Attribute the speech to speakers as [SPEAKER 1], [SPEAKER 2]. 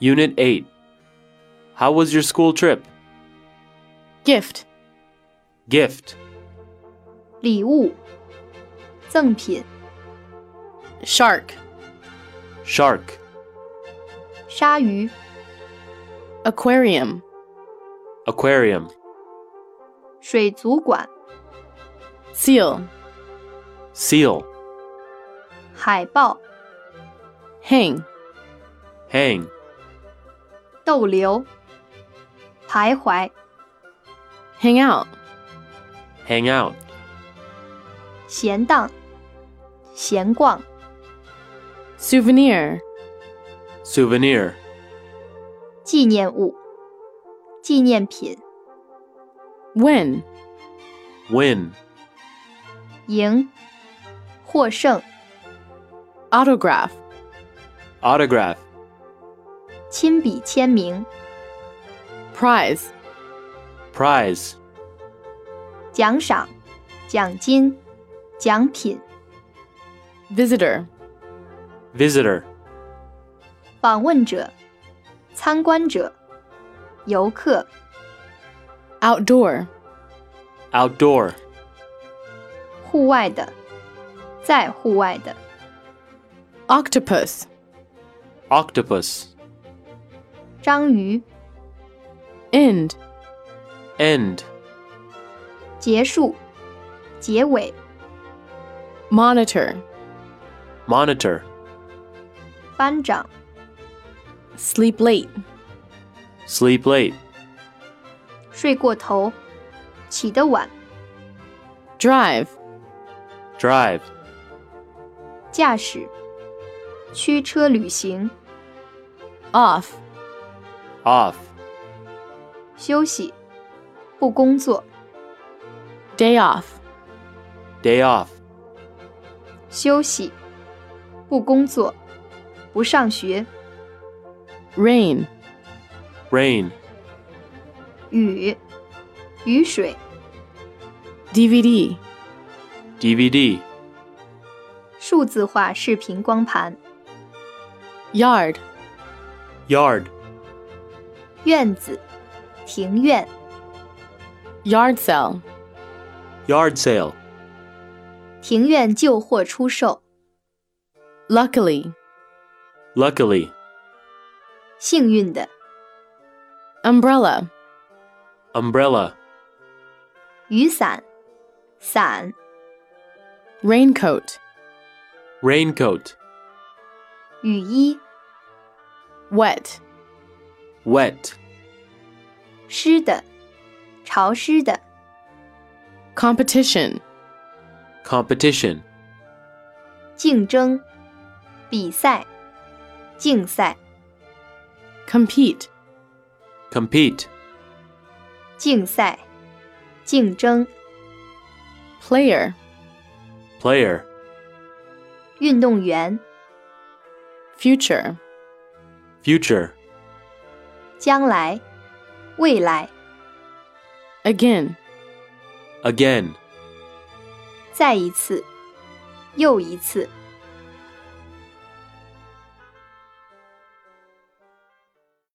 [SPEAKER 1] Unit 8. How was your school trip?
[SPEAKER 2] gift,
[SPEAKER 1] Gift.
[SPEAKER 3] 礼物、赠品、
[SPEAKER 2] shark,
[SPEAKER 1] Shark.
[SPEAKER 3] 鲨鱼、
[SPEAKER 2] aquarium,
[SPEAKER 1] Aquarium.
[SPEAKER 3] 水族馆、
[SPEAKER 2] seal,
[SPEAKER 1] Seal.
[SPEAKER 3] 海豹、
[SPEAKER 2] hang,
[SPEAKER 1] Hang.
[SPEAKER 3] 逗留、徘徊、
[SPEAKER 2] hang out,
[SPEAKER 1] Hang out.
[SPEAKER 3] 闲荡、闲逛、
[SPEAKER 2] souvenir,
[SPEAKER 1] Souvenir.
[SPEAKER 3] 纪念物、纪念品、
[SPEAKER 2] win,
[SPEAKER 1] Win.
[SPEAKER 3] 赢、获胜、
[SPEAKER 2] autograph,
[SPEAKER 1] Autograph.
[SPEAKER 3] 亲笔签名、
[SPEAKER 2] prize,
[SPEAKER 1] Prize.
[SPEAKER 3] 奖赏、奖金、奖品、
[SPEAKER 2] visitor,
[SPEAKER 1] Visitor.
[SPEAKER 3] 访问者、参观者、游客、
[SPEAKER 2] outdoor,
[SPEAKER 1] Outdoor.
[SPEAKER 3] 户外的、在户外的、
[SPEAKER 2] octopus,
[SPEAKER 1] Octopus.
[SPEAKER 3] 章鱼、
[SPEAKER 2] end,
[SPEAKER 1] End.
[SPEAKER 3] 结束、结尾、
[SPEAKER 2] monitor,
[SPEAKER 1] Monitor.
[SPEAKER 3] 班长、
[SPEAKER 2] sleep late,
[SPEAKER 1] Sleep late.
[SPEAKER 3] 睡过头、起得晚、
[SPEAKER 2] drive,
[SPEAKER 1] Drive.
[SPEAKER 3] 驾驶、驱车旅行、
[SPEAKER 2] off,
[SPEAKER 1] Off.
[SPEAKER 3] 休息、不工作、
[SPEAKER 2] day off,
[SPEAKER 1] Day off.
[SPEAKER 3] 休息、不工作、不上学、
[SPEAKER 2] rain,
[SPEAKER 1] Rain.
[SPEAKER 3] 雨、雨水、
[SPEAKER 2] DVD,
[SPEAKER 1] DVD.
[SPEAKER 3] 数字化视频光盘、
[SPEAKER 2] yard,
[SPEAKER 1] Yard.
[SPEAKER 3] 院子、庭院、
[SPEAKER 2] yard sale,
[SPEAKER 1] Yard sale.
[SPEAKER 3] 庭院旧货出售、
[SPEAKER 2] luckily,
[SPEAKER 1] Luckily.
[SPEAKER 3] 幸运的、
[SPEAKER 2] umbrella,
[SPEAKER 1] Umbrella.
[SPEAKER 3] 雨伞、伞、
[SPEAKER 2] raincoat,
[SPEAKER 1] Raincoat.
[SPEAKER 3] 雨衣、
[SPEAKER 2] wet,
[SPEAKER 1] Wet.
[SPEAKER 3] 湿的、潮湿的、
[SPEAKER 2] competition,
[SPEAKER 1] Competition.
[SPEAKER 3] 竞争、比赛、竞赛、
[SPEAKER 2] compete,
[SPEAKER 1] Compete.
[SPEAKER 3] 竞赛、竞争、
[SPEAKER 2] player,
[SPEAKER 1] Player.
[SPEAKER 3] 运动员、
[SPEAKER 2] future,
[SPEAKER 1] Future.
[SPEAKER 3] 将来、未来、
[SPEAKER 2] again,
[SPEAKER 1] Again.
[SPEAKER 3] 再一次、又一次、